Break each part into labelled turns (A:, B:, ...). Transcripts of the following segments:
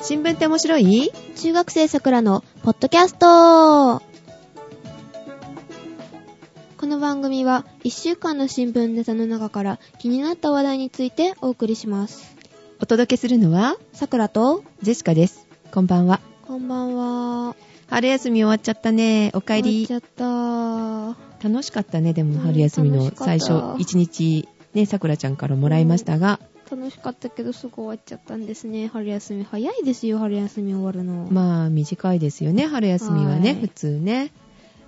A: 新聞って面白い
B: 中学生さくらのポッドキャストこの番組は1週間の新聞ネタの中から気になった話題についてお送りします。
A: お届けするのは、
B: さくらと、
A: ジェシカです。こんばんは。
B: こんばんは。
A: 春休み終わっちゃったね。お帰り
B: 終。わっちゃった。
A: 楽しかったね、で
B: うん
A: も春休みの
B: 楽しか
A: 最
B: った
A: 初、1日、ね、さくらちゃんからもらいましたが、
B: 楽しかったけどすぐ終わっちゃったんですね。春休み早いですよ、春休み終わるの。
A: まあ短いですよね、春休みはね、
B: はい
A: 普通ね。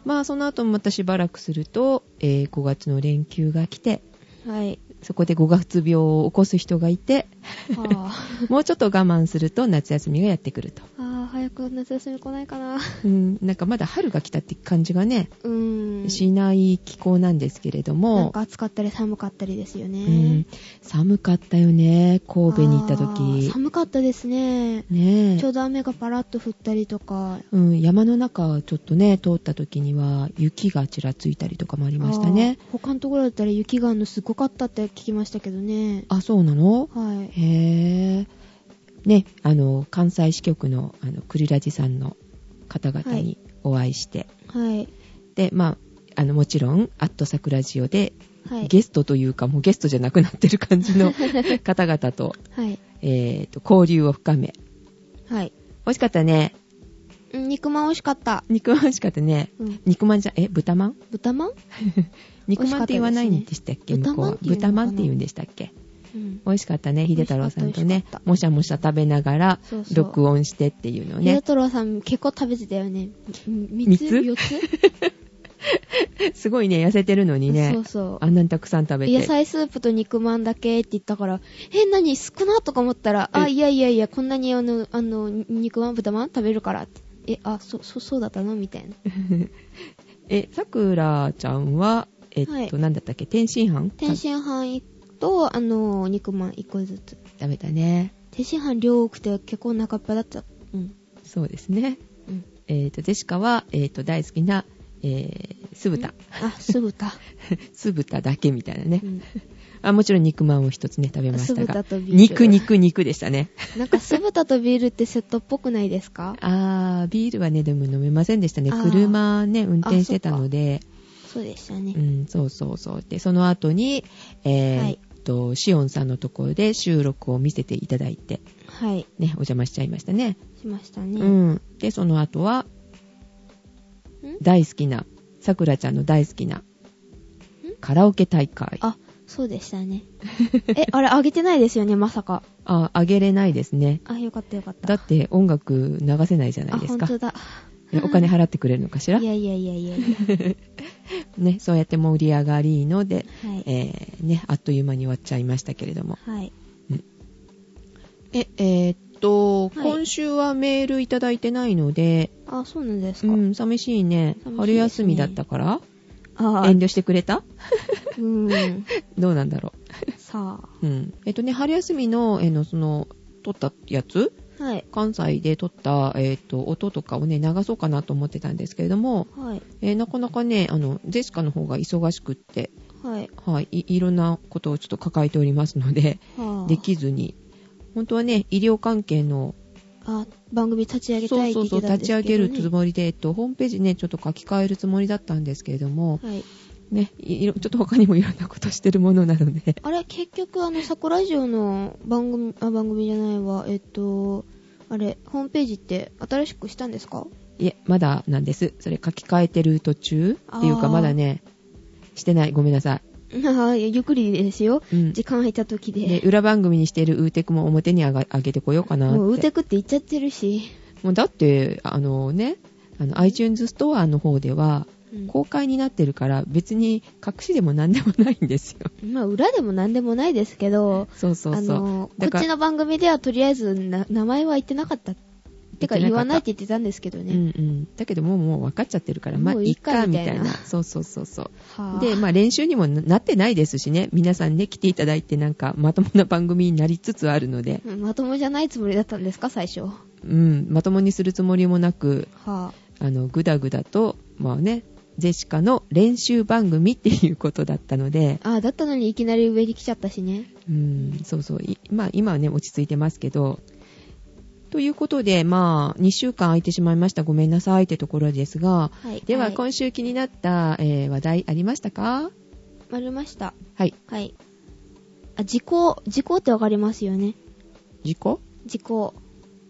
A: まあその後もまたしばらくすると、えー5月の連休が来て、
B: はい。
A: そこで5月病を起こす人がい て、
B: あ
A: もうちょっと我慢すると夏休みがやってくると。
B: ーあー、早く夏休み来ないかな。
A: うん、なんかまだ春が来たって感じがね、
B: うーん。
A: しない気候なんですけれど
B: なん
A: も
B: か、暑かったり寒かったりですよ
A: う
B: ね
A: ん。、寒かったよね、神戸に行った
B: あー
A: 時。
B: 寒かったですね。
A: ねえ
B: ちょうど雨がパラッと降ったりとか。
A: うん、山の中ちょっとね通った時には雪がちらついたりとかもありましたね
B: あー。他のところだったら雪があるのすごかったって聞きましたけどね。
A: あそうなの
B: はい。
A: へえねあの関西支局のあのクリラジさんの方々
B: はい
A: にお会いして、
B: はい。
A: でまああのもちろん「アットサクラジオで」
B: はい。
A: ゲストというかもうゲストじゃなくなってる感じの方々と,、
B: はい。
A: えーと交流を深め
B: はい。
A: 美味しかったね
B: うん肉まん美味しかった。
A: 肉まん美味しかったね
B: うん。
A: 肉まんじゃえ豚まん
B: 豚まん
A: 肉まんって言わないんでしたっけ
B: 美味
A: 向
B: し
A: こう
B: か
A: は
B: ったで
A: 豚
B: すね
A: まんって言うんでしたっけ
B: うん。
A: 美味しかったね秀太郎さんと
B: 美味し
A: ね
B: かった美味しか
A: もしゃ
B: った
A: もしゃ食べながら
B: そうそう
A: 録音してっていうのを
B: ゆ
A: ね
B: うとろうさん結構食べてたよね。み
A: 三
B: 三
A: つ
B: つ四つ
A: すごいね痩せてるのにね
B: そうそう。
A: あんなにたくさん食べて
B: 野菜スープと肉まんだけって言ったから、え、何少なとか思ったら、あ、
A: え
B: いやいやいや、こんなにあの、あの、肉まん、豚まん食べるからって。え、あ、そ、そ、そうだったのみたいな。
A: えさくらちゃんはえっと、
B: はい
A: なんだったっけ天津飯
B: 天津飯と、あの、肉まん1個ずつ。
A: 食べたね
B: 天津飯量多くて結構お腹いっぱいだった。うん。
A: そうですね
B: うん。
A: えっ、とジェシカは、えっと大好きな、えー、酢豚
B: あ、酢豚。
A: 酢豚だけみたいなね、
B: うん。
A: あもちろん肉まんを一つね食べまし
B: 酢
A: たが
B: 豚とビール。
A: 肉。肉肉でしたね
B: なんか酢豚とビールってセットっぽくないですか
A: あービールはねでも飲めませんでしたね
B: あー
A: 車ね運転してたので
B: そうでした
A: う
B: ね。
A: んそうそうそうでその後にえー
B: はい
A: っとシオンさんのところで収録を見せていただいて
B: はい。
A: ねお邪魔しちゃいましたね
B: しました
A: う
B: ね。
A: んでその後は
B: ん
A: 大好きなさくらちゃんの大好きなカラオケ大会
B: あ、そうでしたね。え、あれ、あげてないですよね、まさか。
A: ああげれないですね
B: あ、よかったよかった。
A: だって音楽流せないじゃない
B: あ、
A: です
B: 本
A: か
B: 当だ。
A: ねお金払ってくれるのかしら
B: いやいやいやいやいや。
A: ねそうやって盛り上がりので
B: はい。
A: えーね、あっという間に終わっちゃいましたけれども。
B: はい。
A: え、えーっと、
B: はい
A: 今週はメールいただいてないので、
B: あ、そうなんです
A: う
B: か。
A: ん、寂しいね。
B: 寂しいですね
A: 春休みだったから、
B: あ
A: 遠慮してくれた
B: うん。
A: どうなんだろ
B: さ
A: う。うん。えっとね、春休みの、えーの、その、撮ったやつ
B: あ。はい。
A: 関西で撮った、えーっと、音とかをね、流そうかなと思ってたんですけれども、
B: はい。
A: えーなかなかね、あの、ジェシカの方が忙しくって、
B: はい。
A: はい、いいろんなことをちょっと抱えておりますので、
B: はあ。
A: できずに。本当はね、医療関係の
B: あ、番組立ち上げ
A: そ
B: たいうって
A: そ
B: 言
A: う
B: っ
A: そう、
B: てたんで
A: 立ち
B: すけど、ね。
A: 上げるつもりで、えっと、ホームページね、ちょっと書き換えるつもりだったんですけれども、
B: はい。
A: ね、いいろちょっと他にもいろんなことしてるものなので、
B: あれ、結局、あの、サコラジオの番組、あ、番組じゃないわ。えっと、あれ、ホームページって新しくしたんですか
A: いえ、まだなんです。それ書き換えてる途中っていう
B: あ
A: か、
B: ー
A: まだね、してない。ごめんなさ
B: ああ、ゆっくりですよ。
A: い。うん。
B: 時間空いた時
A: で、
B: で。
A: 裏番組にしてるウーテクも表に上が上げてこようかなって。
B: も
A: も
B: う、
A: う
B: ウーテクって言っちゃってるし。
A: だって、あのね、あの、iTunes ストアの方では、
B: うん
A: 公開になってるから、別に隠しでも何でもないんですよ。
B: まあ、裏でも何でもないですけど、
A: そうそうそう。
B: あの
A: だ
B: ー
A: か
B: こ
A: ら
B: っちの番組ではとりあえずな名前は言ってなかった。てか
A: 言ってなかった
B: 言わないって言ってたんですけど
A: うん
B: ね。
A: うん、だけどもうもう分かっちゃってるからま
B: も
A: あ
B: う
A: い
B: い
A: い
B: い
A: か
B: か
A: み
B: み
A: た
B: たいない
A: なそうそうそうそう
B: はあ
A: でまあ練習にもななってないですしね皆さんね来ていただいてなんかまともな番組になりつつあるので、
B: まともじゃないつもりだったんですか、最初。は
A: うん、まともにするつもりもなく
B: あ、
A: あのグダグダとまあねジェシカの練習番組っていうことだったので、
B: ああ、だったのにいきなり上に来ちゃったしね。
A: うん、そうそう、いまあ今はね、落ち着いてますけど、ということで、まあ、2週間空いてしまいました。ごめんなさいってところですが、
B: はい。
A: では、
B: い、
A: 今週気になった、えー話題ありましたか
B: ありました。
A: はい。
B: はい。あ、時効。時効ってわかりますよね。
A: 事故
B: 時効。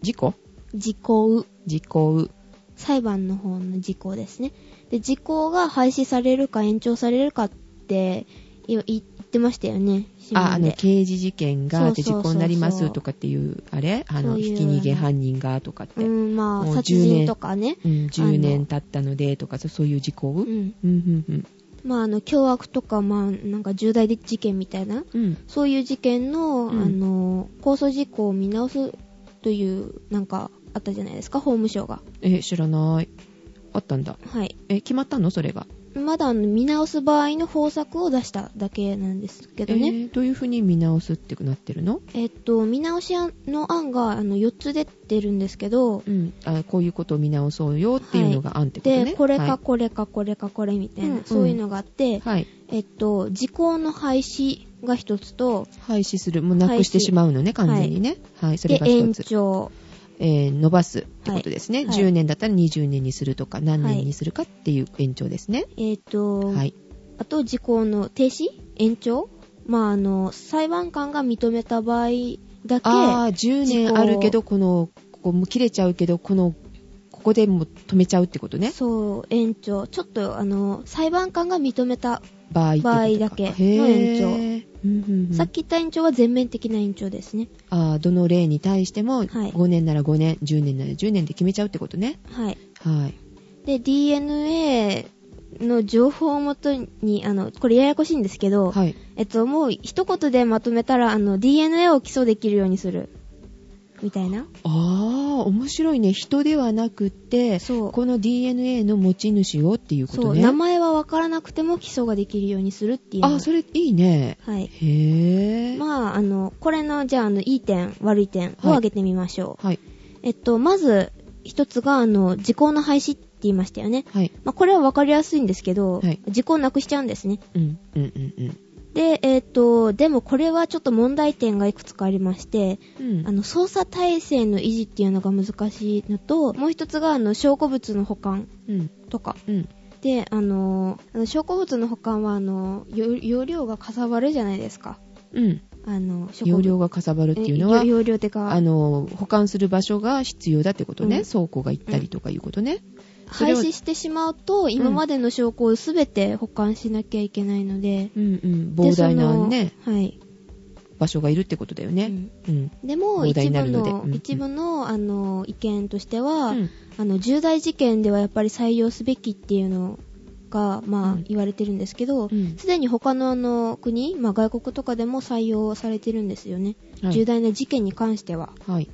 A: 事故
B: 時効。
A: 事故
B: 裁判の方の時効ですね。で、時効が廃止されるか延長されるかっていい言ってましたよね。新聞
A: あ、あの、
B: で
A: 刑事事件があって
B: そ
A: 事
B: うそうそうそ
A: 故
B: う
A: になりますとかっていう、あれあ
B: そ
A: の、
B: うい
A: ひ
B: う
A: き逃げ犯人がとかって。
B: う
A: うん、
B: ん、ま
A: も
B: あ、
A: う
B: 殺
A: 10
B: 人
A: 年
B: とかね。
A: 10年経ったのでとか、そそういう事故
B: う
A: うん、
B: ん。
A: うん、うん。
B: まあ、あの、凶悪とか、まあ、なんか重大事件みたいな、
A: うん。
B: そういう事件の、
A: ん
B: あの、控訴事項を見直すという、なんか、あったじゃないですか、法務省が。
A: え、知らない。あったんだ。
B: はい。
A: え、決まったのそれが。
B: まだ、あの、見直す場合の方策を出しただけなんですけど
A: え
B: ね。
A: ーどういうふうに見直すってなってるの
B: えっと、見直しの案が、あの、4つ出てるんですけど
A: う、ん。あこういうことを見直そうよっていうのがあんってことね。
B: で、これ
A: は
B: かこれかこれかこれみたい
A: うんう、
B: なんそういうのがあって
A: い。、はい。
B: えっと、時効の廃止が1つと、
A: 廃止する。もうなくしてしまうのね、完全にね。はい。それ
B: で、
A: が一
B: 延
A: つ。
B: 長。
A: えー伸ばすってことですね、
B: はいはい
A: 10年だったら20年にするとか何年にするかっていう延長ですね
B: えっと、
A: はい、
B: あと、時効の停止延長まあ、あの、裁判官が認めた場合だけ、
A: ああ10年あるけどこのここもう切れちゃうけどこのここでもう止めちゃうってことね
B: そう、延長。ちょっと、あの、裁判官が認めた。
A: 場合ってことか
B: 場合だけの
A: へー
B: 延長
A: うんうんうん
B: さっき言った延長は全面的な延長ですね。
A: あーどの例に対しても
B: はい
A: 5年なら5年10年なら10年で決めちゃうってことね
B: はい。
A: はい
B: で、DNA の情報をもとに、あの、これややこしいんですけど、
A: はい
B: えっと、もう一言でまとめたら、あの、DNA を起訴できるようにする。みたいな。
A: ああ面白いね人ではなくて
B: そう
A: この DNA の持ち主をっていうこ
B: そ
A: と
B: う、
A: ね
B: 名前はわからなくても起訴ができるようにするっていうの。
A: あそれいいね
B: はい。
A: へえ。
B: まあ、あの、これの、じゃあ、あの、いい点、悪い点を挙げてみましょう。
A: はい。
B: えっと、まず、一つが、あの、時効の廃止って言いましたよね。
A: はい。
B: まあ、これはわかりやすいんですけど、
A: はい
B: 時効なくしちゃうんですね。
A: うん。うんうん
B: で、えっと、でもこれはちょっと問題点がいくつかありまして、
A: うん。うん。
B: あの、捜査体制の維持っていうのが難しいのと、もう一つが、あの、証拠物の保管
A: うん。
B: とか。
A: うん。
B: で、あの、あの証拠物の保管は、あの、よ容量がかさばるじゃないですか。
A: うん。
B: あの、証拠
A: 容
B: 物
A: 量がかさばるっていうのは
B: え、容量てか、
A: あの、保管する場所が必要だってことね。
B: うん
A: 倉庫が行ったりとかいうことね。それは
B: 廃止してしまうと、今までの証拠をすべて保管しなきゃいけないので、
A: うんうん。膨大
B: でそ
A: な
B: の
A: ね、
B: はい。
A: 場所がいるってことだよ
B: う
A: ね。
B: ん
A: うん。
B: でも、
A: 膨大
B: 一
A: にな
B: 部
A: るので
B: の、
A: うん
B: 一部の、あの、意見としては、
A: うん
B: あの、重大事件ではやっぱり採用すべきっていうのが、まあ
A: う、ん
B: 言われてるんですけど
A: う、ん
B: すでに他のあの国、まあ、外国とかでも採用されてるんですよね。
A: はい
B: 重大な事件に関しては。
A: はい。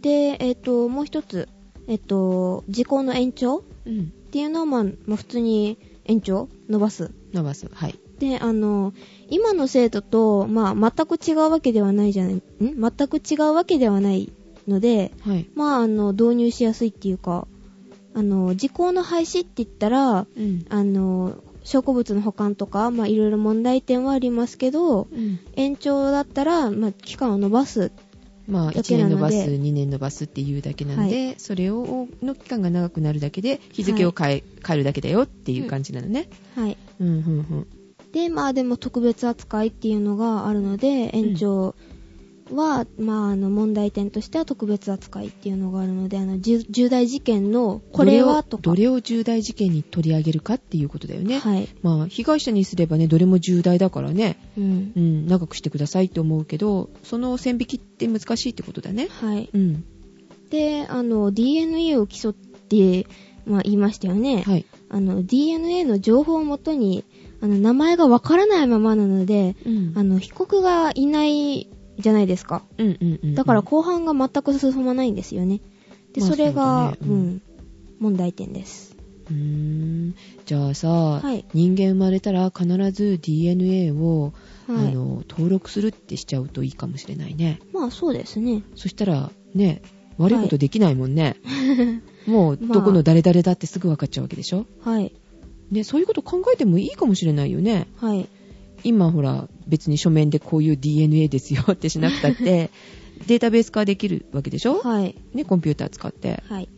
B: で、えっ、と、もう一つ、えっ、と、時効の延長
A: うん。
B: っていうのは、まあ、まあ普通に延長伸ばす。
A: 伸ばす。はい。
B: で、あの、今の生徒と、まあ、全く違うわけではないじゃない、ん全く違うわけではないので、
A: はい。
B: まあ、あの、導入しやすいっていうか、あの、時効の廃止って言ったら、
A: うん。
B: あの、証拠物の保管とか、まあ、いろいろ問題点はありますけど、
A: うん。
B: 延長だったら、まあ、期間を延ばす。
A: まあ、
B: だ
A: 1
B: け
A: 年
B: なので
A: 伸ばす、2年伸ばすっていうだけなんで、それを、の期間が長くなるだけで、日付を変え、変えるだけだよっていう感じなのね。
B: はい。
A: うん、うん、うん。
B: で、まあ、でも特別扱いっていうのがあるので、延長は、まあ、あの、問題点としては特別扱いっていうのがあるので、あの、重重大事件の、これはとか。
A: どれをどれを重大事件に取り上げるかっていうことだよね、
B: はい。
A: まあ被害者にすればねどれも重大だからね、
B: うん
A: う。ん、長くしてくださいと思うけどその線引きって難しいってことだね
B: はい。
A: うん
B: で、あの、DNA を競って、まあ、言いましたよね。
A: はい
B: あの、DNA の情報をもとに、あの、名前がわからないままなので、
A: うん
B: あの、被告がいないじゃないですか。
A: うんうんうん
B: だから後半が全く進まないんですよね。で、
A: まあ
B: それが、
A: そうだ
B: う
A: ねうん
B: ん、問題点です。
A: うーんじゃあさ、
B: い
A: 人間生まれたら必ず DNA を、
B: は
A: あ
B: い。
A: の登録するってしちゃうといいかもしれないね
B: まあそうですね。
A: そしたらね悪いことできないもんね、もう
B: まあ
A: どこの誰々だってすぐ分かっちゃうわけでしょ
B: はい。
A: ね、そういうこと考えてもいいかもしれないよね。
B: はい。
A: 今ほら別に書面でこういう DNA ですよ ってしなくたって データベース化できるわけでしょ、
B: はい。
A: ね、コンピューター使って、
B: はい。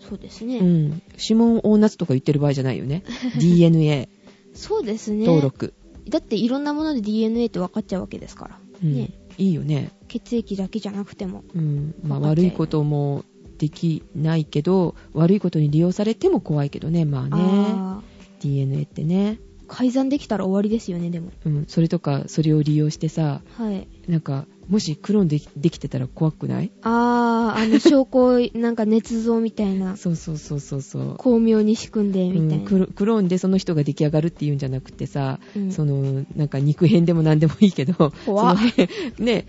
B: そうですね。
A: うん、指紋オーナツとか言ってる場合じゃないよ ね DNA
B: そうですね。
A: 登録、
B: だっていろんなもので DNA って分かっちゃうわけですから。
A: うん
B: ね。
A: いいよね、
B: 血液だけじゃなくても。
A: うんまあ、
B: わかっち
A: 悪
B: ゃう
A: いこともできないけど悪いことに利用されても怖いけどねまあね
B: あ
A: DNA ってね、
B: ー改ざんできたら終わりですよね、でも。
A: うん、それとかそれを利用してさ
B: はい。
A: なんかもしクローンできできてたら怖くない
B: あー、あの、証拠、なんか捏造みたいな。
A: そうそうそうそうそう
B: 巧妙に仕組んで、みた
A: う
B: い
A: ん
B: な。
A: クロクローンでその人が出来上がるっていうんじゃなくてさ、
B: うん
A: そのなんか肉片でも何でもいいけど
B: 怖っ
A: その 辺ね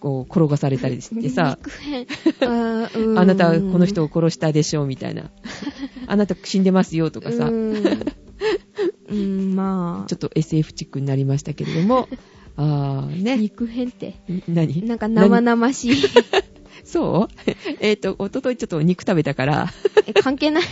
A: こう転がされたりしてさ
B: 肉片あーうん
A: あなたはこの人を殺したでしょうみたいなあなた死んでますよとかさ、
B: うんうん、まあ。
A: ちょっと SF チックになりましたけれどもあーね
B: 肉片って。
A: 何
B: なんか生
A: 何
B: 々しい。
A: そう えっとおとといちょっとお肉食べたから
B: え関係ない。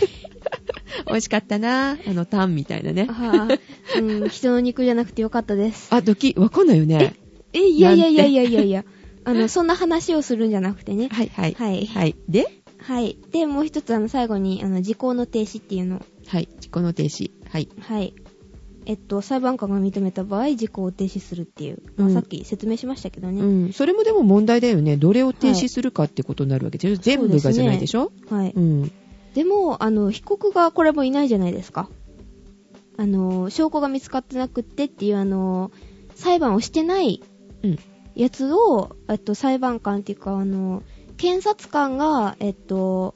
A: 美味しかったなあのタンみたいなね
B: あーうん、人の肉じゃなくてよかったです。
A: あドキわかんないよね
B: え、いやいやいやいやいやいや。あの、そんな話をするんじゃなくてね。
A: はいはい
B: はい
A: はい、で
B: はい。で、もう一つ、あの、最後に、あの、時効の停止っていうの。
A: はい自己の停止はい
B: はい。えっと、裁判官が認めた場合、時効を停止するっていう。まあ
A: うん
B: さっき説明しましたけど
A: う
B: ね。
A: ん、それもでも問題だよね。どれを停止するかってことになるわけでしょ、全部がじゃないでしょ。
B: はいう
A: ん。
B: でも、あの、被告がこれもいないじゃないですか。あの、証拠が見つかってなくってっていう、あの、裁判をしてない
A: うん。
B: やつを、えっと、裁判官っていうか、あの、検察官が、えっと、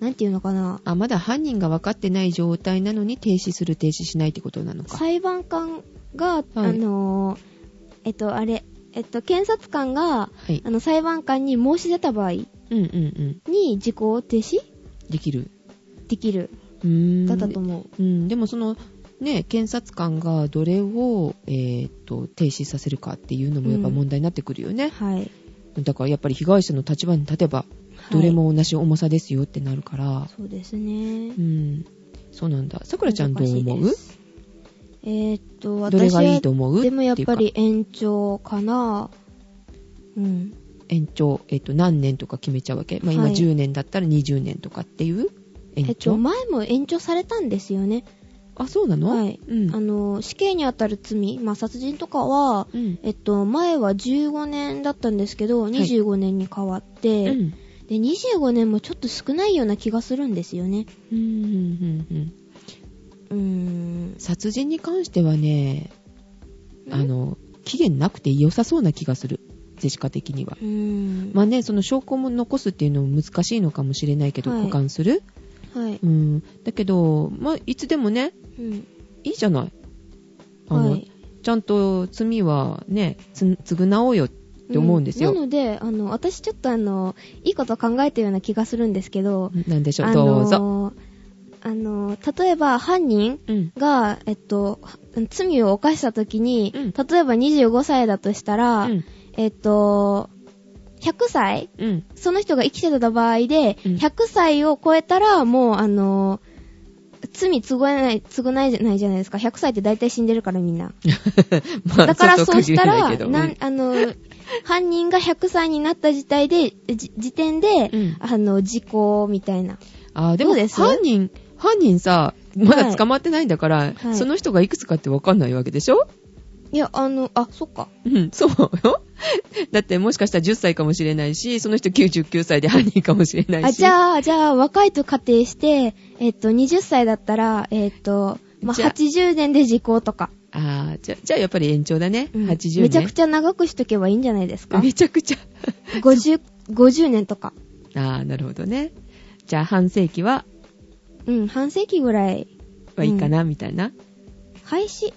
B: なんていうのかな、
A: あ、まだ犯人が分かってない状態なのに停止する、停止しないってことなのか。
B: 裁判官が、あの、えっと、あれ、えっと、検察官が、
A: はい
B: あ。の、裁判官に申し出た場合に、
A: うんうんうん。
B: 時効停止
A: できる。
B: できる、
A: うーん。
B: だったと思
A: う
B: う。
A: ん、でもその、ね、検察官がどれを、えーっと、停止させるかっていうのもやっぱ問題になってくるよね。
B: はい。
A: だからやっぱり被害者の立場に立てば、どれも同じ重さですよってなるから、
B: はい。そうですね
A: う。ん。そうなんだ。さくらちゃんどう思
B: 難しいうですえーっと、
A: どれ
B: 私
A: が
B: はい
A: いと思う
B: でもやっぱ
A: ていう
B: り延長かな。うん。
A: か延長、えっと、何年とか決めちゃうわけ、まあ、今
B: はい
A: 10年だったら20年とかっていう
B: え
A: 延
B: っと、
A: 長、
B: 前も延長されたんですよね。
A: あそうなの、
B: はい。
A: うん
B: あの、死刑にあたる罪、まあ、殺人とかは、
A: うん
B: えっと、前は15年だったんですけど、
A: い
B: 25年に変わって、
A: うん
B: で、25年もちょっと少ないような気がするんですよね。
A: うんうんうんうん
B: うーん。
A: 殺人に関してはねあの期限なくて良さそうな気がするジェシカ的には
B: うーん。
A: まあねその証拠も残すっていうのも難しいのかもしれないけど、
B: はい
A: 保管する、
B: はい。
A: うん、だけど、まあ、いつでもね
B: うん。
A: いいじゃないあの、
B: はい。
A: ちゃんと罪はねつ償おうよって思うんですよ、
B: なので、あの、私ちょっとあの、いいこと考えたような気がするんですけど、
A: なんでしょう、
B: あ
A: どうぞ。
B: のーあのー例えば犯人
A: うん。
B: が、えっと、は罪を犯した時に、
A: うん
B: 例えば25歳だとした
A: う
B: ら、
A: ん。
B: えっと、100歳
A: うん。
B: その人が生きてた場合で、
A: うん
B: 100歳を超えたら、もう、あのー罪償えない、償えないじゃないですか。100歳って大体死んでるからみんな。
A: まあ
B: だからそうした
A: ちょっと限
B: ら、
A: けど
B: な
A: うん
B: ん、あのー、犯人が100歳になった時代で、じ時点で、
A: うん
B: あの、時効みたいな。
A: あーで
B: ど
A: も
B: うです
A: 犯人、犯人さ、まだ捕まってないんだから、
B: はい
A: その人がいくつかってわかんないわけでしょ
B: いや、あの、あ、そっか。
A: うん、そうよ。 だってもしかしたら10歳かもしれないし、その人99歳で犯人かもしれな
B: あ、
A: いし。
B: じゃあ、じゃあ、若いと仮定して、えっと、20歳だったら、えっと、まあ、
A: じゃあ
B: 80年で時効とか。
A: あー。じゃあ、じゃあやっぱり延長だね。
B: うん
A: 80年。
B: めちゃくちゃ長くしとけばいいんじゃないですか
A: めちゃくちゃ。
B: ?50、50年とか。
A: ああ、なるほどね。じゃあ半世紀は、
B: うん、半世紀ぐらい。
A: はいいかな、みたいな。
B: 廃止。うん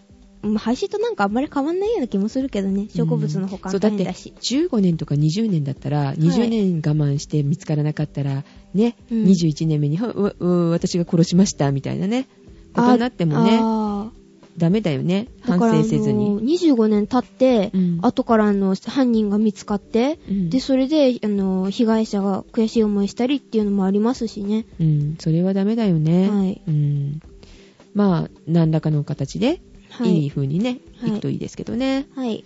B: 廃止となんかあんまり変わんないような気もするけどね。証拠物の保
A: そ
B: 管
A: うだっ
B: 大
A: て
B: 変だし。
A: 15年とか20年だったら20年我慢して見つからなかったら、ね、
B: うん
A: 21年目にはうう私が殺しましたみたいなねことになってもね
B: あ
A: ダメだよね
B: ーだ
A: 反
B: から
A: 省せず
B: あの
A: に、
B: 25年経って、
A: うん
B: 後からあの、犯人が見つかって、
A: うん
B: で、それで、あの、被害者が悔しい思いしたりっていうのもありますしね。
A: うん、それはダメだよね、
B: はい
A: うん、まあ何らかの形で
B: はい
A: いい風にね、
B: はい
A: いくといいですけどね。
B: はい。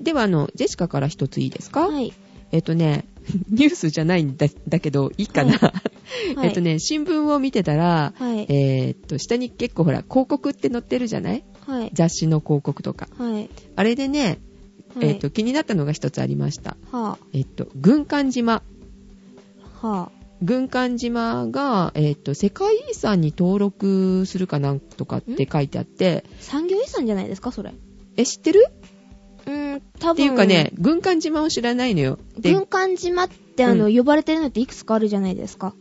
A: では、あの、ジェシカから一ついいですか、
B: はい。
A: えっとね、 ニュースじゃないんだだけど、いいかな。
B: はい
A: えっとね、新聞を見てたら、
B: はい。
A: えーっと、下に結構ほら、広告って載ってるじゃない
B: はい。
A: 雑誌の広告とか。
B: はい。
A: あれでね、
B: はい
A: えっと、気になったのが一つありました。
B: は
A: えっと、軍艦島。
B: あ、は
A: 軍艦島が、えっと、世界遺産に登録するかなんとかって書いてあって
B: あ、、産業遺産じゃないですか、それ。
A: え、知ってる
B: うーん、多分。
A: っていうかね、、軍艦島を知らないのよ。で、
B: 軍艦島ってあの、
A: うん
B: 呼ばれてるのっていくつかあるじゃないですか。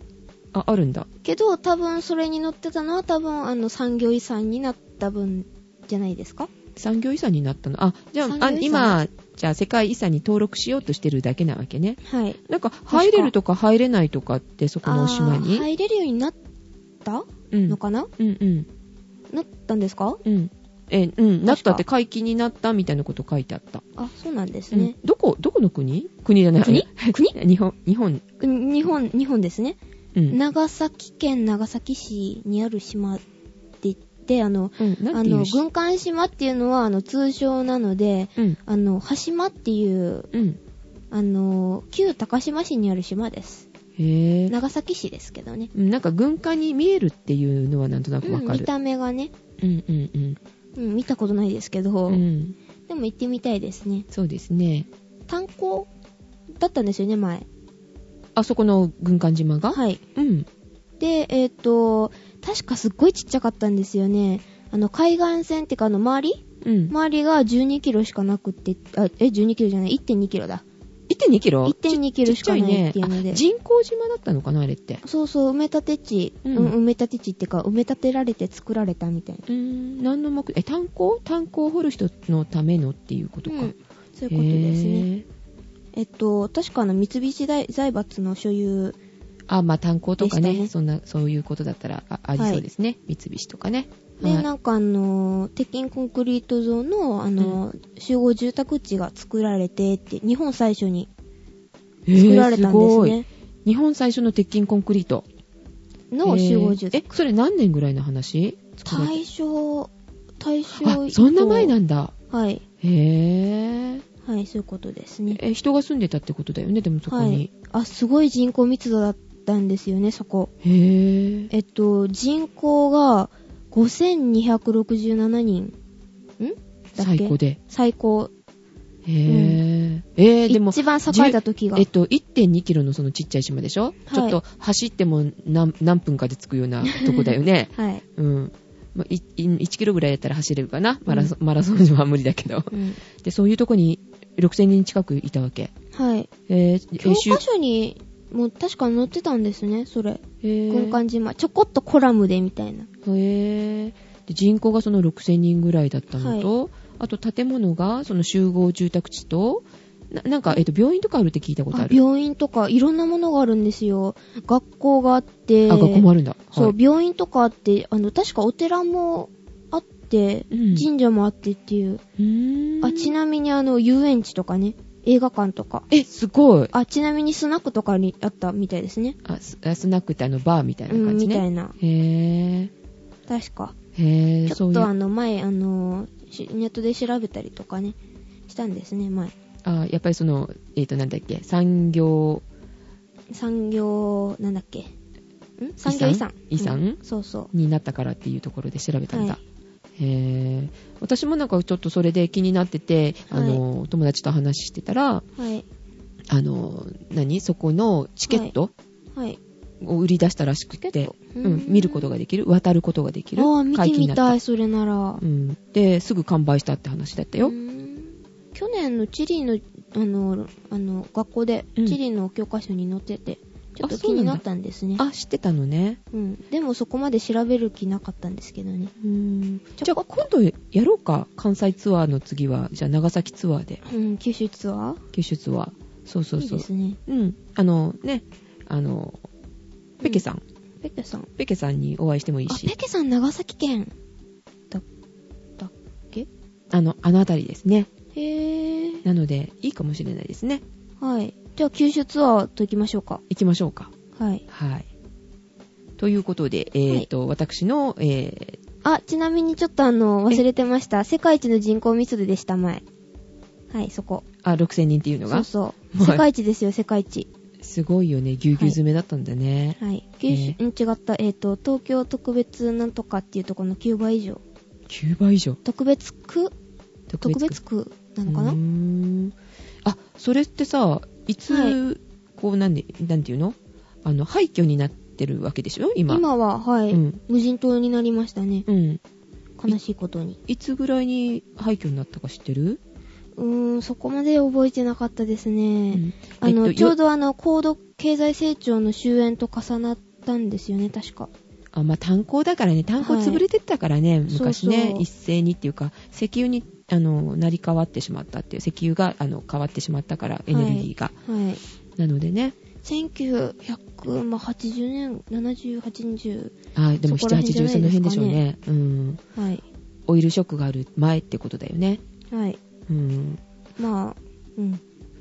A: あ、あるんだ。
B: けど、多分それに載ってたのは多分あの、産業遺産になった分じゃないですか。
A: 産業遺産になったの。あ、じゃあ、あ
B: 産業遺産
A: 今、じゃあ世界遺産に登録しようとしてるだけなわけね。
B: はい。
A: なんか、入れるとか入れないとかって、そこの島
B: あー
A: に。
B: 入れるようになった
A: うん。う
B: の
A: ん
B: かな、
A: うん。
B: なったんですか
A: うん。え、うん、
B: か
A: なったって解禁になったみたいなこと書いてあった。
B: あ、そうなんです
A: うん
B: ね。
A: どこ、どこの国国じゃない。
B: 国 国
A: 日本、日本。
B: うん日本、日本ですね。
A: うん。
B: 長崎県長崎市にある島って言って、あの、
A: うん、な
B: あ
A: んてい
B: の、
A: うし
B: 軍艦島っていうのは、あの、通称なので、
A: うん。
B: あの、羽島っていう、
A: うん。
B: あの、旧高島市にある島です。
A: へえ。
B: 長崎市ですけどね。
A: うんなんか軍艦に見えるっていうのはなんとなくわ
B: うん、
A: か
B: 見
A: る。
B: た目がね、
A: うん、うん、うん。
B: うん、見たことないですけど、
A: うん、
B: でも行ってみたいですね。
A: そうですね。
B: 炭鉱だったんですよね、前。
A: あそこの軍艦島が、
B: はい。
A: うん。
B: で、えっ、と、確かすっごいちっちゃかったんですよね。あの、海岸線っていうか、あの、周り
A: うん。
B: 周りが12キロしかなくって、あ、え、12キロじゃない、1.2キロだ。
A: 1.2キロ
B: 1.2キロしかない
A: ちちゃ
B: っていうので
A: あ人工島だったのかな、あれって。
B: そうそう、埋め立て地、
A: うん
B: うん埋め立て地ってか、埋め立てられて作られたみたいな。
A: うーん、何の目、え、炭鉱炭鉱を掘る人のためのっていうことか。
B: うんそういうことですね。
A: へー。
B: えっと、確かあの、三菱大財閥の所有、
A: あ、まあ炭鉱とかね
B: でしたね
A: そんな、そういうことだったらあありそうですね、三菱とかね。
B: で、
A: はい
B: なんかあの、鉄筋コンクリート像の、あの、集合住宅地が作られてって、日本最初に
A: へー
B: 作られたんです
A: ごい
B: ね。
A: 日本最初の鉄筋コンクリート。
B: の集合住
A: へー
B: 宅。
A: え、それ何年ぐらいの話作られ
B: 大正、大正
A: あ、そんな前
B: ん
A: なんだ。
B: はい。
A: へえ。
B: はい、そういうことですね。
A: え、人が住んでたってことだよね、でもそこに。
B: あ、すごい人口密度だったんですよね、そこ。
A: へえ。
B: えっと、人口が5267人。んだっけ
A: 最高で。
B: 最高。
A: へえ。えー、でも、
B: 一番栄えた時が。
A: えっ。と、1.2キロのそのちっちゃい島でしょ、ちょっと走っても何何分かで着くようなとこだよね
B: はい。
A: うん。まあ、いい1キロぐらいだったら走れるかなマラソン、マラソンでは無理だけど。
B: うん
A: で、そういうとこに6000人近くいたわけ。
B: はい。
A: えー、
B: 教
A: えーしゅ
B: 科書にも確か載ってたんですね、それ。
A: えー
B: 軍艦島。ちょこっとコラムでみたいな。
A: へーで人口がその6000人ぐらいだったのと、あと建物がその集合住宅地と、ななんか、えっ、と、病院とかあるって聞いたことあ
B: あ
A: る。
B: 病院とかいろんなものがあるんですよ。学校があって。
A: あ、学校もあるんだ。
B: そう、
A: はい
B: 病院とかあって、あの、確かお寺もあって、
A: うん
B: 神社もあってっていう。
A: うーん
B: あ、ちなみにあの、遊園地とかね、映画館とか。
A: え、すごい。
B: あ、ちなみにスナックとかにあったみたいですね。
A: あ、スあスナックってあの、バーみたいな
B: うん、
A: 感じ
B: み
A: ね。
B: たいな。
A: へぇ
B: 確か。
A: ー。へぇー、
B: ちょ
A: そ
B: っ
A: ういう。
B: とあ
A: あ
B: の、前、あの、しネットで調べたりとかね、したんですね、前。
A: やっぱりその、えっ、と、なんだっけ、産業、
B: 産業、なんだっけ。ん産業遺産。
A: 遺産
B: うんそうそう。
A: になったからっていうところで調べたんだ。
B: は
A: へぇー。私もなんかちょっとそれで気になってて、あの、友達と話してたら、
B: はい。
A: あの、何そこのチケット
B: はい。
A: を売り出したらしく
B: チケッ
A: て
B: ト、
A: う
B: うん
A: ん、見ることができる、渡ることができる。
B: ああ、見て
A: 解禁に
B: み
A: なった
B: い、それなら。
A: うん。で、すぐ完売したって話だったよ
B: う。ん去年のチリの、あの、あの、学校で、
A: うん
B: チリの教科書に載ってて、ちょっと
A: あそ
B: 気
A: うな
B: に
A: んだ
B: なったんですね。
A: あ、知ってたのね。
B: うん。でもそこまで調べる気なかったんですけどね。
A: うんじゃあ今度やろうか関西ツアーの次はじゃあ長崎ツアーで
B: うん、九州ツアー
A: 九州ツアーそうそうそう
B: いいですね。
A: うんあのねあのペケさん、
B: ペケさん。
A: ペケさんにお会いしてもいい
B: あ、ペ
A: し
B: ケさん長崎県だ、だっけ
A: あのあの辺りですね
B: へぇ
A: なのでいいかもしれないですね
B: ー。はい。じゃあ九州ツアーと行きましょうか。
A: 行きましょうか
B: はい。
A: はいということでえっ、と、私のえー
B: あ、ちなみにちょっとあの、忘れてました。世界一の人口密度でした、前。はい、そこ。
A: あ、6000人っていうの
B: そ
A: が
B: う。そう。
A: はい
B: 世界一ですよ、世界一。
A: すごいよね。ぎゅうぎゅう詰めだったんだね。
B: はい。九州、うん違った。えっ、と、東京特別なんとかっていうところの9倍以上。
A: 9倍以上。
B: 特別区特別
A: 区
B: 区なのかな
A: うーんあ、それってさ、いつ、
B: は
A: こう、なんで、なんていうのあの、廃墟になってるわけでしょ今。
B: 今は、はい、
A: うん
B: 無人島になりましたね。
A: うん。
B: 悲しいことに。
A: いつぐらいに廃墟になったか知ってる、
B: うーん、そこまで覚えてなかったですね。
A: うん
B: あの、
A: えっとよ
B: ちょうどあの、高度経済成長の終焉と重なったんですよね、確か。
A: あ、まあ、炭鉱だからね、炭鉱潰れてったからね、昔ね
B: そうそう
A: 一斉にっていうか、石油に、あの、成り変わってしまったっていう、石油が、あの、変わってしまったから、エネルギーが。
B: はい。
A: なのでね、
B: 1980まあ80年、70、80。
A: あでも
B: そこら
A: 7、
B: 辺じゃ
A: 80、
B: な
A: そ
B: い
A: の
B: です
A: 辺で
B: かね
A: しょうね。うん。
B: はい。
A: オイルショックがある前ってことだよね。
B: はい。
A: うん。
B: まあ、うん。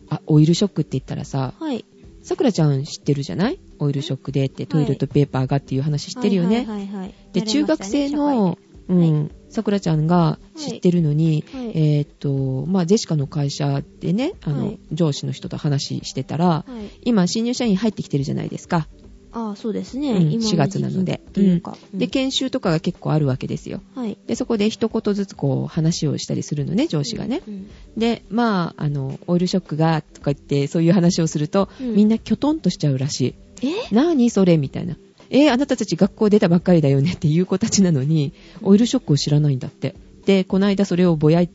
A: あ、オイルショックって言ったらさ、
B: はい。
A: さくらちゃん知ってるじゃないオイルショックでってトイレットペーパーがっていう話知ってるよね。
B: はいはいはいはい。
A: で、
B: 慣れましたね
A: 中学生の、う
B: で
A: ん、さくらちゃんが知ってるのに、
B: はいはい
A: えーっと、まあ、ジェシカの会社でね、あの、
B: はい
A: 上司の人と話してたら
B: 社、会ではい。
A: 今、新入社員入ってきてるじゃないですか。
B: ああ、そうですね。
A: うん
B: 今
A: 4月なので
B: 時期っていうか。
A: で、
B: うん
A: 研修とかが結構あるわけですよ。
B: はい。
A: で、そこで一言ずつこう話をしたりするのね、上司がね。
B: うん
A: で、まあ、あの、オイルショックが、とか言って、そういう話をすると、
B: うん
A: みんなキョトンとしちゃうらし
B: え
A: い。なにそれみたいな。えーあなたたち学校出たばっかりだよねっていう子たちなのに、オイルショックを知らないんだって。で、この間それをぼやい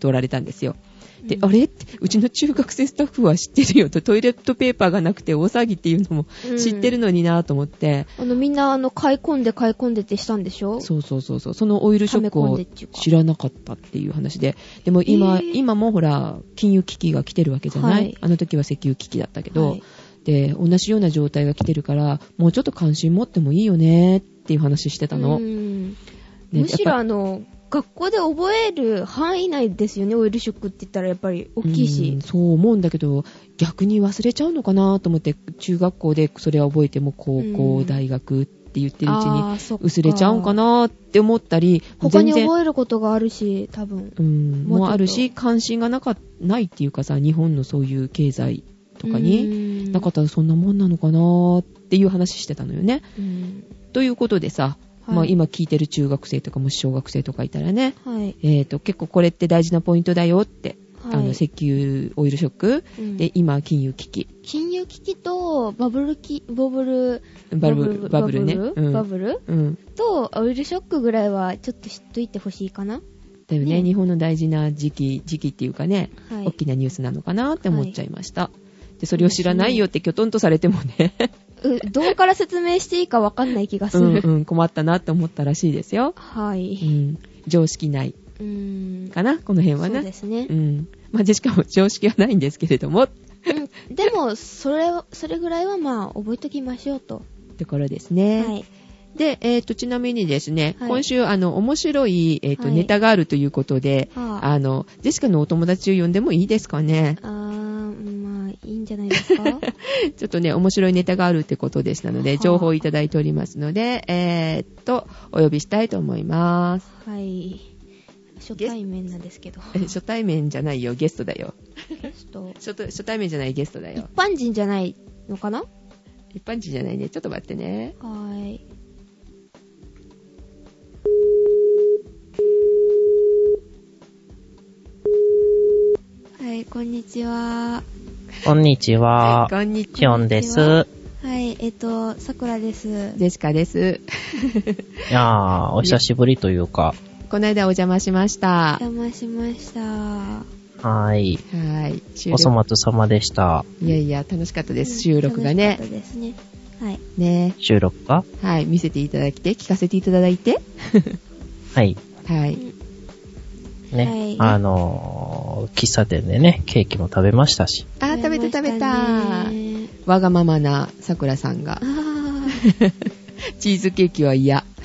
A: とられたんですよ。で、
B: うん
A: あれってうちの中学生スタッフは知ってるよと、トイレットペーパーがなくて大騒ぎっていうのも
B: うん
A: 知ってるのになぁと思って、
B: あの、みんな、あの、買い込んで買い込んでってしたんでしょ
A: そうそうそうそう、そのオイルショック
B: 溜め込ん
A: を
B: でっていうか
A: 知らなかったっていう話で、でも今、
B: えー
A: 今もほら、金融危機が来てるわけじゃない、
B: はい
A: あの時は石油危機だったけど、
B: はい
A: で、同じような状態が来てるから、もうちょっと関心持ってもいいよねっていう話してたの。
B: うん
A: ね
B: むし
A: や
B: ろ
A: っぱ
B: あの、学校で覚える範囲内ですよね、オイルショックって言ったらやっぱり大きい
A: うん
B: し。
A: そう思うんだけど、逆に忘れちゃうのかなと思って、中学校でそれは覚えても、高校、
B: うん
A: 大学って言ってるうち
B: あ
A: に、
B: ーそっか
A: 薄れちゃうんかなって思ったり、
B: 他に
A: 全然
B: 覚えることがあるし、多分。
A: うん、
B: もうちょっと
A: もあるし、関心がなかないっていうかさ、日本のそういう経済とかに、
B: に
A: なかったらそんなもんなのかなーっていう話してたのよね。
B: うん
A: ということでさ、
B: はい
A: まあ今聞いてる中学生とかもし小学生とかいたらね、
B: はい。
A: えーと、結構これって大事なポイントだよって、
B: はい
A: あの、石油、オイルショック、
B: うん
A: で、今、金融危機、
B: 金融危機とバブルき、ボブル、
A: バブル、バブルね。
B: バ
A: うん
B: バブル
A: うん。
B: とオイルショックぐらいはちょっと知っといてほしいかな。
A: だよね、
B: ね
A: 日本の大事な時期、時期っていうかね、
B: はい
A: 大きなニュースなのかなって思っちゃいました。で、それを知らないよってきょとんとされてもね、
B: うどうから説明していいかわかんない気がす
A: うん
B: る。
A: うん、困ったなって思ったらしいですよ。
B: は
A: う
B: い。
A: ん、常識ないう
B: ーん。
A: かな、この辺は
B: そう
A: ね
B: で。すね
A: う。ん。まあ、ジェシカも常識はないんですけれども、
B: うんでも、それを、それぐらいはまあ、覚えときましょうと。
A: ところですね。
B: はい。
A: で、えっ、と、ちなみにですね、
B: はい
A: 今週、あの、面白い、えっ、と、
B: はい
A: ネタがあるということで、
B: はあ
A: あの、ジェシカのお友達を呼んでもいいですかね。
B: あー、まあ、いいんじゃないです か
A: ちょっとね、面白いネタがあるってことでしたの
B: は
A: で、
B: あ
A: 情報をいただいておりますので、えーっと、お呼びしたいと思います。
B: はい。初対面なんですけど。
A: え初対面じゃないよ、ゲストだよ。
B: ゲスト
A: 初対初対面じゃないゲストだ
B: 一
A: よ。
B: 般人じゃないのかなは
A: 一般人じゃないね。ちょっと待ってね。
B: ーい。はい、こんにちは。
C: こんにちは。
A: こんにち
C: キ
A: は。
C: ヨンです。
B: はい、えっと、さくらです。
A: ジェシカです。
C: いやー、お久しぶりというか、
A: この間お邪魔しました
B: お。邪魔しました。は
C: はーい。
A: はい。収
C: お粗末様でした。
A: いやいや、楽しかったです。収録がね
B: 楽。しかったですね。はい。
A: ね。
C: 収録か
A: はい。見せていただいて、聞かせていただい て。
C: はい。
A: はい。
C: ね。
B: はい
C: あのー、喫茶店でね、ケーキも食べましたし。
A: あー、食べて食べた
B: 食べました。ね
A: わがままなさくらさんが
B: あ。ー。
A: チーズケーキは嫌。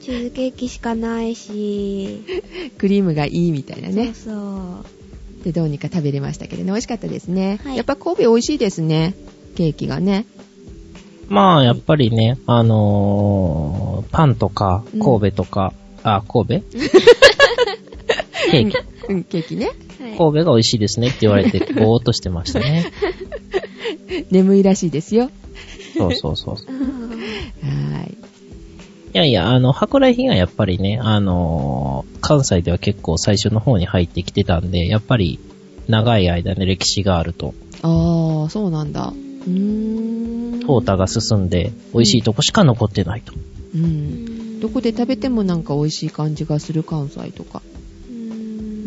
B: チーズケーキしかないし、
A: クリームがいいみたいなね。
B: そうそう。
A: で、どうにか食べれましたけれどね、美味しかったですね。
B: はい
A: やっぱ神戸美味しいですね。ケーキがね。
C: まあ、やっぱりね、あのーパンとか、神戸とか、あ、神戸 ケーキ。
A: うん、ケーキね。
B: はい。
C: 神戸が美味しいですねって言われて、ぼーっとしてまし たね。
A: 眠いらしいですよ。
C: そうそうそうそう。
A: はい。
C: いやいや、あの、舶来品がやっぱりね、あのー関西では結構最初の方に入ってきてたんで、やっぱり長い間ね、歴史があると、
A: ああ、そうなんだ。うーん。
C: 淘汰が進んで、美味しいとこしか残ってないと。
A: うん。どこで食べてもなんか美味しい感じがする関西とか。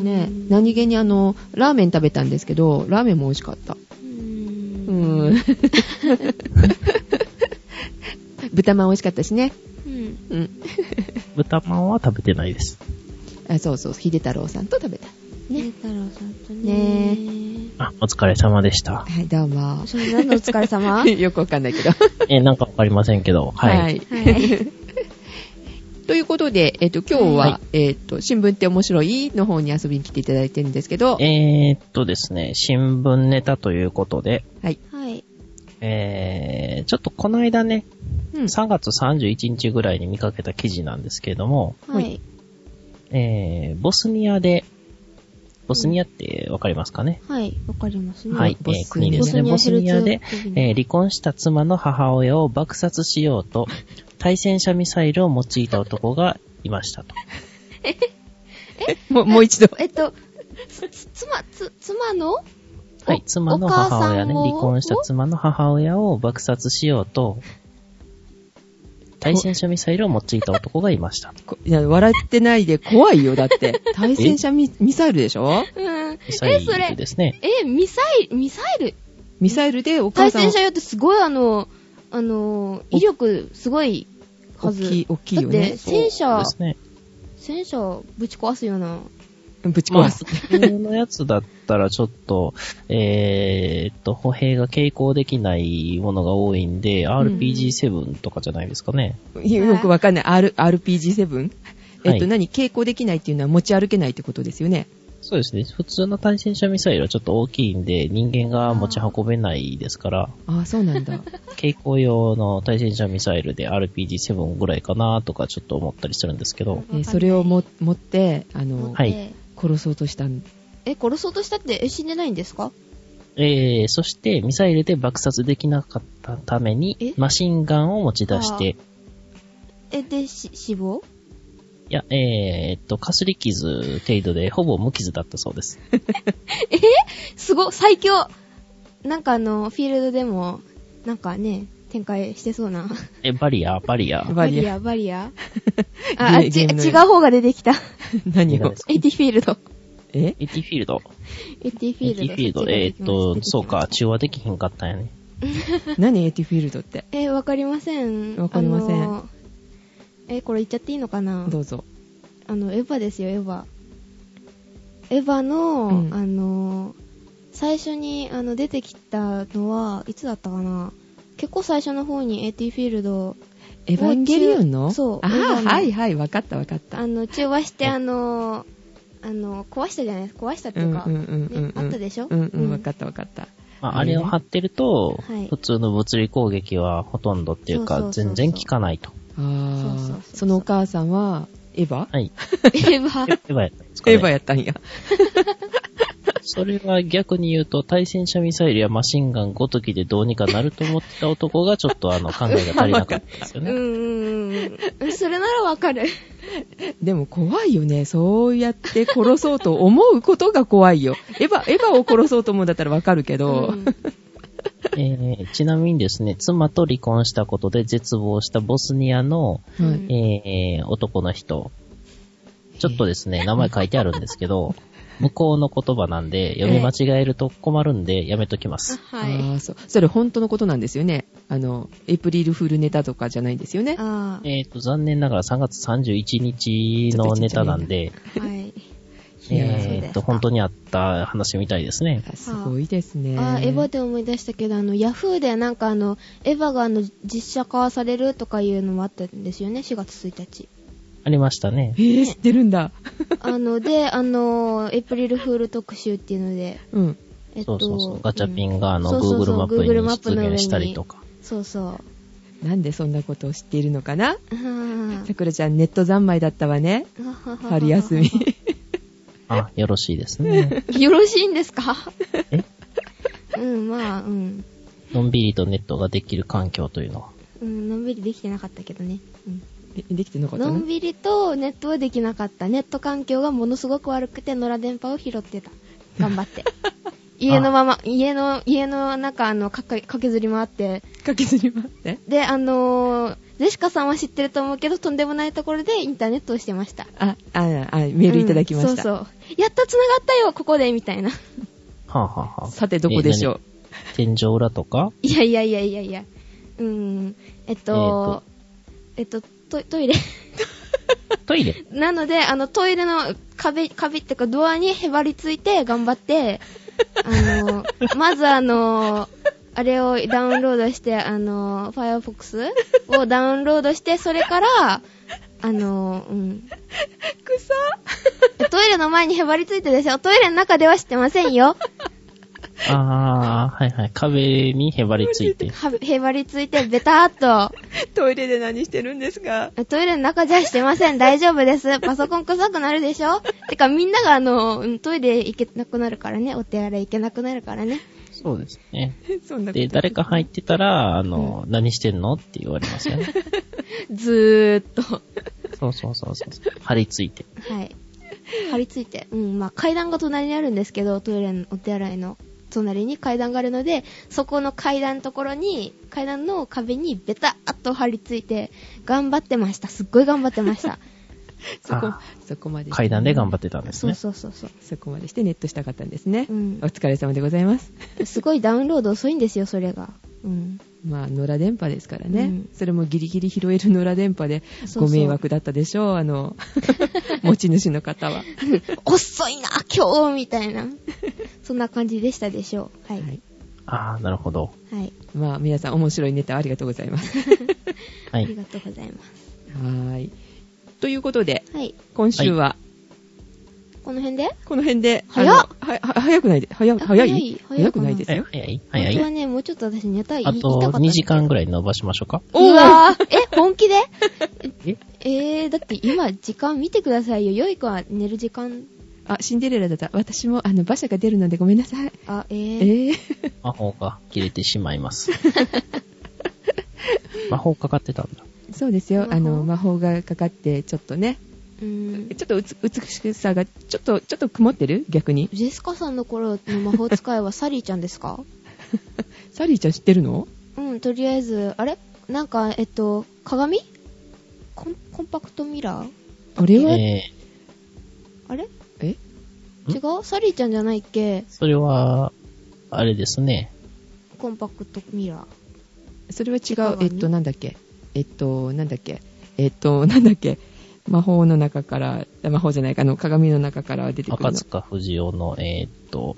A: ね何気にあの、ラーメン食べたんですけど、ラーメンも美味しかった。うー ん。豚まん美味しかったしね。 うん。
C: 豚まんは食べてないです。
A: あそうそう、秀太郎さんと食べた。
B: ね太郎さんと
A: ね
B: ね。
C: あ、お疲れ様でした。
A: はい、どうも。
B: それ何のお疲れ様は い。
A: よくわかんないけど。
C: え、なんかわかりませんけ ど、はい。
A: ということで、えっ、と、今日は、
C: は
A: えっ、と、新聞って面白いの方に遊びに来ていただいてるんですけど、
C: えー、っとですね、新聞ネタということで、
A: はい。
B: はい。
C: えー、ちょっとこの間ね、
A: うん
C: 3月31日ぐらいに見かけた記事なんですけれども、
A: は
B: はいい。
C: えー、ボスニアで、ボスニアってわかりますかね、
B: はい。わかりますね。
C: はい、え
A: ボスニア
C: ー国ですね。ボ
B: ボ
C: ス
B: スニ
C: ニ
B: アヘ
C: ア
B: ル
C: で
B: ツェゴビ、ナ
C: えー離婚した妻の母親を爆殺しようと、対戦車ミサイルを用いた男がいましたと。
A: もう、もう一度。
B: えっと、つ、つ妻、つ、妻の
C: はい、妻の母親ね、
B: お母さんを
C: 離婚した妻の母親を爆殺しようと、対戦車ミサイルを用いた男がいました。
A: こいや笑ってないで怖いよ、だ って。対戦車ミミサイルでしょ
B: うん。
C: ミサ
B: え、
C: イ
B: そ
C: ル
B: れ、
C: ですね。
B: え、ミサイル、ミサイル
A: ミサイルでお母
B: 対
A: さん
B: 戦
A: を
B: 車用ってすごいあの、あの、威力すごいは
A: 大
B: ず。
A: きい、大きいよね。
B: だって戦
C: そう
B: 車
C: で、すね。
B: 戦車ぶち壊すような。
A: ぶち
C: まあ、
A: 壊す。
C: 普通のやつだったらちょっと、 えーっと、歩兵が携行できないものが多いんで、RPG7 とかじゃないですかね。
A: よくわかんない。R、RPG7? えっ
C: は
A: と、
C: い
A: 何傾向できないっていうのは持ち歩けないってことですよね。
C: そうですね。普通の対戦車ミサイルはちょっと大きいんで、人間が持ち運べないですから、
A: ああ、そうなんだ。
C: 蛍光用の対戦車ミサイルで RPG7 ぐらいかなとかちょっと思ったりするんですけど、
A: えーそれをも持って、あ
B: 持っ
A: の
B: て、
C: はい
A: 殺そうとしたん
B: え、殺そうとしたって、え、死んでないんですか
C: えー、そしてミサイルで爆殺できなかったため
B: え
C: に、マシンガンを持ち出して、
B: え、で、し、死亡
C: いや、えー、っと、かすり傷程度でほぼ無傷だったそうです。
B: すご、最強なんかあの、フィールドでも、なんかね、展開してそうな。
C: え、バリア、バリア。
A: バリア。
B: ア、バリア。 あ、あ
A: ゲー
B: ち、違
A: ゲームの
B: う方が出てきた。
A: 何を。
B: エティフィールド。
A: え
C: エティフィールド。
B: エティフ
C: エ
B: ィ
C: テ
B: ー
C: ィ
B: ル
C: フ
B: ド。
C: ィールド。えー、っと、そうか、。中和できひんかったんやね。
A: 何エティフィールドって。
B: え、わかりません。
A: わかりません
B: あの。え、これ言っちゃっていいのかな
A: どうぞ。
B: あの、エヴァですよ、エヴァ。エヴァの、
A: うん
B: あの、最初にあの出てきたのは、いつだったかな結構最初の方にエティフィールド、
A: エヴァンゲリオンの
B: そう
A: あ
B: エヴァ
A: ー
B: ンの
A: はいはい、わかったわかった。
B: あの、中和して、あの、あの、壊したじゃないですか。壊したっていうか、
A: うんうんうんうんうん
B: ねあったでしょ
A: うんう、
B: うんん
A: わかったわかった。
C: まあ、
A: あ
C: あ
A: れね
C: れを貼ってると
B: はい、
C: 普通の物理攻撃はほとんどっていう
B: そ
C: か、
B: うそうそうそう
C: 全然効かないと。
A: あ
B: そうそうそ
A: ー
B: うそう
A: そのお母さんは、エヴァ
C: はい。
B: エヴァ。
C: エヴァやったんですか
A: エ
C: ね
A: ヴァやったんや。
C: それは逆に言うと、対戦車ミサイルやマシンガンごときでどうにかなると思ってた男が、ちょっとあの、考 えが足りなかったです
B: うん
C: よね。
B: うんうん。それならわかる。
A: でも怖いよね。そうやって殺そうと思うことが怖いよ。エヴァ、エヴァを殺そうと思うんだったらわかるけど、
B: ん
C: えーちなみにですね、妻と離婚したことで絶望したボスニアの、
B: うん
A: はい
C: えー男の人。ちょっとですね、名前書いてあるんですけど、向こうの言葉なんで、読み間違えると困るんで、やめときま
B: あ
C: す。
B: はい。
A: あーそう。それ本当のことなんですよね。あの、エイプリルフールネタとかじゃないんですよね。
B: あ
C: えっ、と、残念ながら3月31日のネタなんで、
B: ーはい。
A: いや
C: えっ、と、本当にあった話みたいですね。
A: あすごいですね。
B: あエヴァで思い出したけど、あの、ヤフーでなんかあの、エヴァがあの、実写化されるとかいうのもあったんですよね、4月1日。
C: ありましたね
A: え。ー、知ってるんだ。
B: あの、で、あの、エイプリルフール特集っていうので、
A: うん。
B: えっ
C: そ
B: と、
C: うそうそう。ガチャピ
B: ン。
C: ンがあの、
B: そうそうそう
C: Google マップ
B: Google
C: に
B: マップの
C: 出
B: 上に
C: 現したりとか。
B: そうそう。
A: なんでそんなことを知っているのかな
B: あ
A: さくらちゃん、ネット三昧だったわね。
B: ー
A: 春休み。
C: あ、よろしいですね。
B: よろしいんですか
C: え
B: うん、まあ、うん。
C: のんびりとネットができる環境というのは。
B: うん、のんびりできてなかったけどね。うん
A: えできてなかった
B: の
A: の
B: んびりとネットはできなかった。ネット環境がものすごく悪くて、野良電波を拾 ってた。頑張って。家のまま、家の、家の中、あの、かか駆けずり回って。
A: かけずり回って。
B: で、あのージェシカさんは知ってると思うけど、とんでもないところでインターネットをしてました。
A: あ、あ、あ、メールいただきました。
B: うんそうそう。やっと繋がったよ、ここで、みたいな。
C: はあ、はあはあ、
A: さて、どこでしょう、
C: え何天井裏とか
B: いやいやいやいやいや。うーん。えっと、えっと、トイトイレ。
C: トイレ
B: なので、あの、トイレの壁、壁っていうかドアにへばりついて頑張って、あの、まずあの、あれをダウンロードして、あの、Firefox をダウンロードして、それから、あの、うん。
A: 草
B: トイレの前にへばりついてですよ。トイレの中では知ってませんよ。
C: あー、はいはい。壁にへばりついて。
B: はへばりついて、ベターっと。
A: トイレで何してるんですか
B: トイレの中じゃしてません。大丈夫です。パソコン臭くなるでしょてかみんながあの、うんトイレ行けなくなるからね。お手洗い行けなくなるからね。
C: そうですね。
A: そんなこと
C: で、誰か入ってたら、あの、何してんのって言われますよね。
B: ずーっと。
C: そうそうそうそう。張り付いて。
B: はい。張り付いて。うん、まあ階段が隣にあるんですけど、トイレのお手洗いの隣に階段があるので、そこの階段のところに、階段の壁にベタっと張り付いて、頑張ってました。すっごい頑張ってました。
A: そこ
C: あ、
A: そこまで。
C: 階段で頑張ってたんです
B: そう
C: ね。
B: そうそうそう。
A: そこまでしてネットしたかったんですね。
B: うん
A: お疲れ様でございます。
B: すごいダウンロード遅いんですよ、それが。うん。
A: まあ、野良電波ですからね、
B: うん
A: それもギリギリ拾える野良電波で
B: そうそう
A: ご迷惑だったでしょう、あ の、持ち主の方は。
B: 遅いな、今日みたいな。そんな感じでしたでしょう。はい。
A: は
B: はいい。
C: あー、なるほど。
A: まあ、皆さん面白いネタありがとうござい ます。
C: は
B: あり
C: い。
B: がとうございます。
A: はーい。ということで、
B: はい。
A: 今週は
B: この辺で
A: この辺で、
B: 早っ
A: あのはは早くないで、早
B: あ
A: 早い
B: 早い
A: 早
B: 早いかな
A: くないです
C: え
A: よ。
C: 早い
B: 本
C: 早
B: 当はいね、もうちょっと私ネタ言い
C: あ
B: 言いたか
C: と
B: った。
C: 2時間ぐ
B: らい。
C: らい伸ばしましょうか。
B: うわーえ、本気で
C: え
B: えー、だって今時間見てくださいよ。よい子は寝る時間。
A: あ、シンデレラだった。私も、あの、馬車が出るのでごめんなさい。
B: あ、え
A: え
B: ー。
A: ー、
C: 魔法が切れてしまいます。魔法かかってたんだ。
A: そうですよ。
B: 魔法
A: あの、魔法がかかって、ちょっとね、
B: うーん。
A: ちょっとうつ美しさが、ちょっと、ちょっと曇ってる逆に。
B: ジェスカさんの頃の魔法使いはサリーちゃんですか
A: サリーちゃん知ってるの
B: うん、とりあえず、あれなんか、えっと、鏡コンコンパクトミラー
A: あれは、
C: えー、
B: あれ
A: え
B: 違うサリーちゃんじゃないっけ
C: それは、あれですね。
B: コンパクトミラー。
A: それは違
B: 違うわ
A: う。
B: ね
A: えっと、なんだっけえっと、なんだっけえっと、なんだっけ魔法の中から、あ魔法じゃないか、あの、鏡の中から出てくるの
C: 赤。塚不二夫の、えー、っと、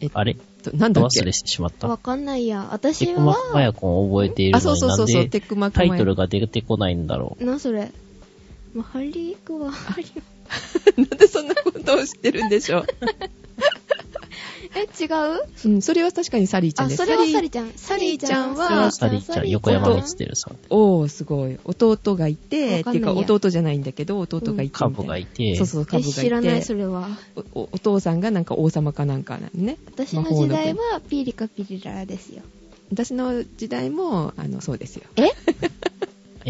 A: えっ
C: あれ
A: と、なんだっ
C: 忘
A: け
C: れしてしまった
B: わ。かんないや。
C: テ
B: 私
C: クママ
B: は、
C: ヤコンを覚えている
A: あ、そ
C: の
A: う
C: に
A: そう
C: な
A: そう
C: ん
A: そう、
C: で
A: テックマック
C: タイトル
A: が。
C: が出てこないんだろう。
B: な、それ。まあ、ハリークは、ハリー
A: なんでそんなことを知ってるんでしょう。
B: え、違う
A: うん、それは確かにサリーちゃん
B: あ、
A: です。
B: それは
A: サ
B: サ
A: リ
B: リ
A: ー
B: ーちゃん。
A: サ
B: サ
A: リ
B: リ
A: ー
B: ー
A: ち
B: ち
A: ゃ
B: ゃ
A: ん
B: ん
A: は
B: は、
C: サリーちゃん、横
A: ちゃ
C: 山
A: ん
C: 光輝さん。
A: おー、すごい。弟がいて、
B: わか
A: て
B: ん
A: い
B: な
A: う
B: いや
A: か弟じゃないんだけど、弟がいてみたいな。
C: カブがいて、
A: そうそう、カ
B: え、
A: ブがいて。
B: 知らない、それは。
A: おおお父さんがなんか王様かなんかなんでね。
B: 私の
A: 魔法の
B: 時
A: 国
B: 代は、ピリカピリララですよ。
A: 私の時代も、あの、そうですよ。
B: え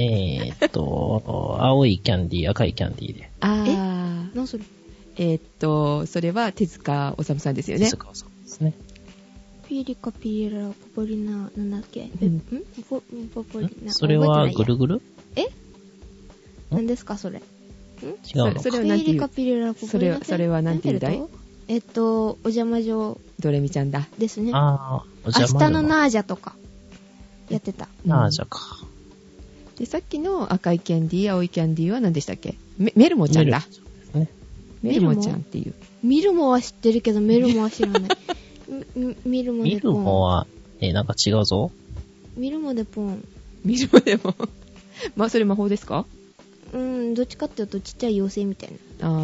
C: えー、っと、 青いキャンディー、赤いキャンディーで。
A: あー。
B: な、それ。
A: えーっと、それは手塚治虫さんですよね。
C: 塚さんですね。
B: ピリカピリララポポリナ、なんだっけ
A: う
B: え
A: ん
B: んポポポリ
C: ん
B: ナ。
C: それは
B: 覚えてない
C: ぐ
B: や
C: るぐる
B: 何ですか、それ。
C: 違うの
A: それ。
C: か
A: は
B: ピ
A: 何て
B: リ
A: い
B: カ
A: う
B: ピリラポポリナ。
A: それそれは何て言うんだい
B: なんて言うとえっと、お邪魔状
A: ドレミちゃんだ。
B: ですね。
C: ああ、お
B: 明
C: 邪魔
B: 日の
C: 女
B: ナージャとか、やってた。
A: うん
C: ナージャか。
A: で、さっきの赤いキャンディー、青いキャンディーは何でしたっけメメルモちゃんだ。
C: ね。
A: メ
B: メ
A: ル
B: ルモ
A: モちゃんっていう。
B: ミルモは知ってるけど、メルモは知らない。みミルモ
C: 見
B: で
C: る
B: ポ
C: 方
B: ン。
C: は、え、なんか違うぞ。
B: ミルモでポン。
A: メルモでも。 まあ、それ魔法ですか
B: うん、どっちかっていうとちっちゃい妖精みたいな。
A: あ
C: う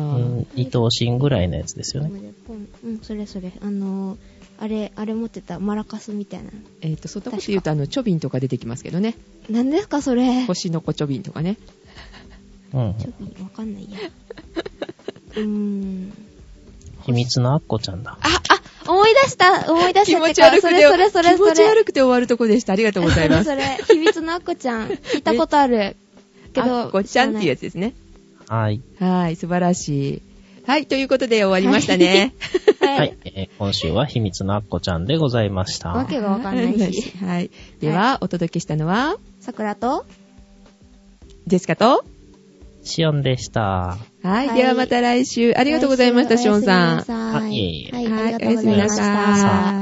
A: ー。
C: ん、伊藤新ぐらいのやつですよ
B: ミル
C: ね。
B: モでポン。うん、それそれ。あのー、あれ、あれ持ってた、マラカスみたいな。
A: えっ、と、そんなこと言うと、あの、チョビンとか出てきますけどね。
B: 何ですか、それ。
A: 星の子チョビンとかね。
C: うん。
B: ちょっとわかんないや。うーん。
C: 秘密のアッコちゃんだ。
B: 思い出した思い出し
A: 気
B: たっ
A: 持
B: て
A: ち
B: か、
A: 悪
B: そ
A: く
B: れ
A: て
B: それそれ
A: 気持
B: そ
A: ち
B: れ。
A: 悪くて終わるとこでした。ありがとうござい ます。
B: それそれ、秘密のアッコちゃん、聞いたこと ある。け
A: あ
B: ど、
A: っこちゃんっていうや
B: つ。
A: つですね。
C: はい。
A: はい、素晴らしい。はい、ということで終わりましたね。
B: は
C: はいい。。えー今週は秘密のアッコちゃんでございました。
B: わけがわかんないし。
A: はい。では、お届けしたのは、
B: 桜と、
A: ジェスカと、
C: シオンでした。
A: はい、
B: はい
A: ではまた来週。あ
B: あ
A: りがとうございました、ショーンさん。
B: はい、
C: いえいえ
B: はい、ありがとうご
A: はいお
B: ざいまし
A: やすみな
B: た
A: さ。い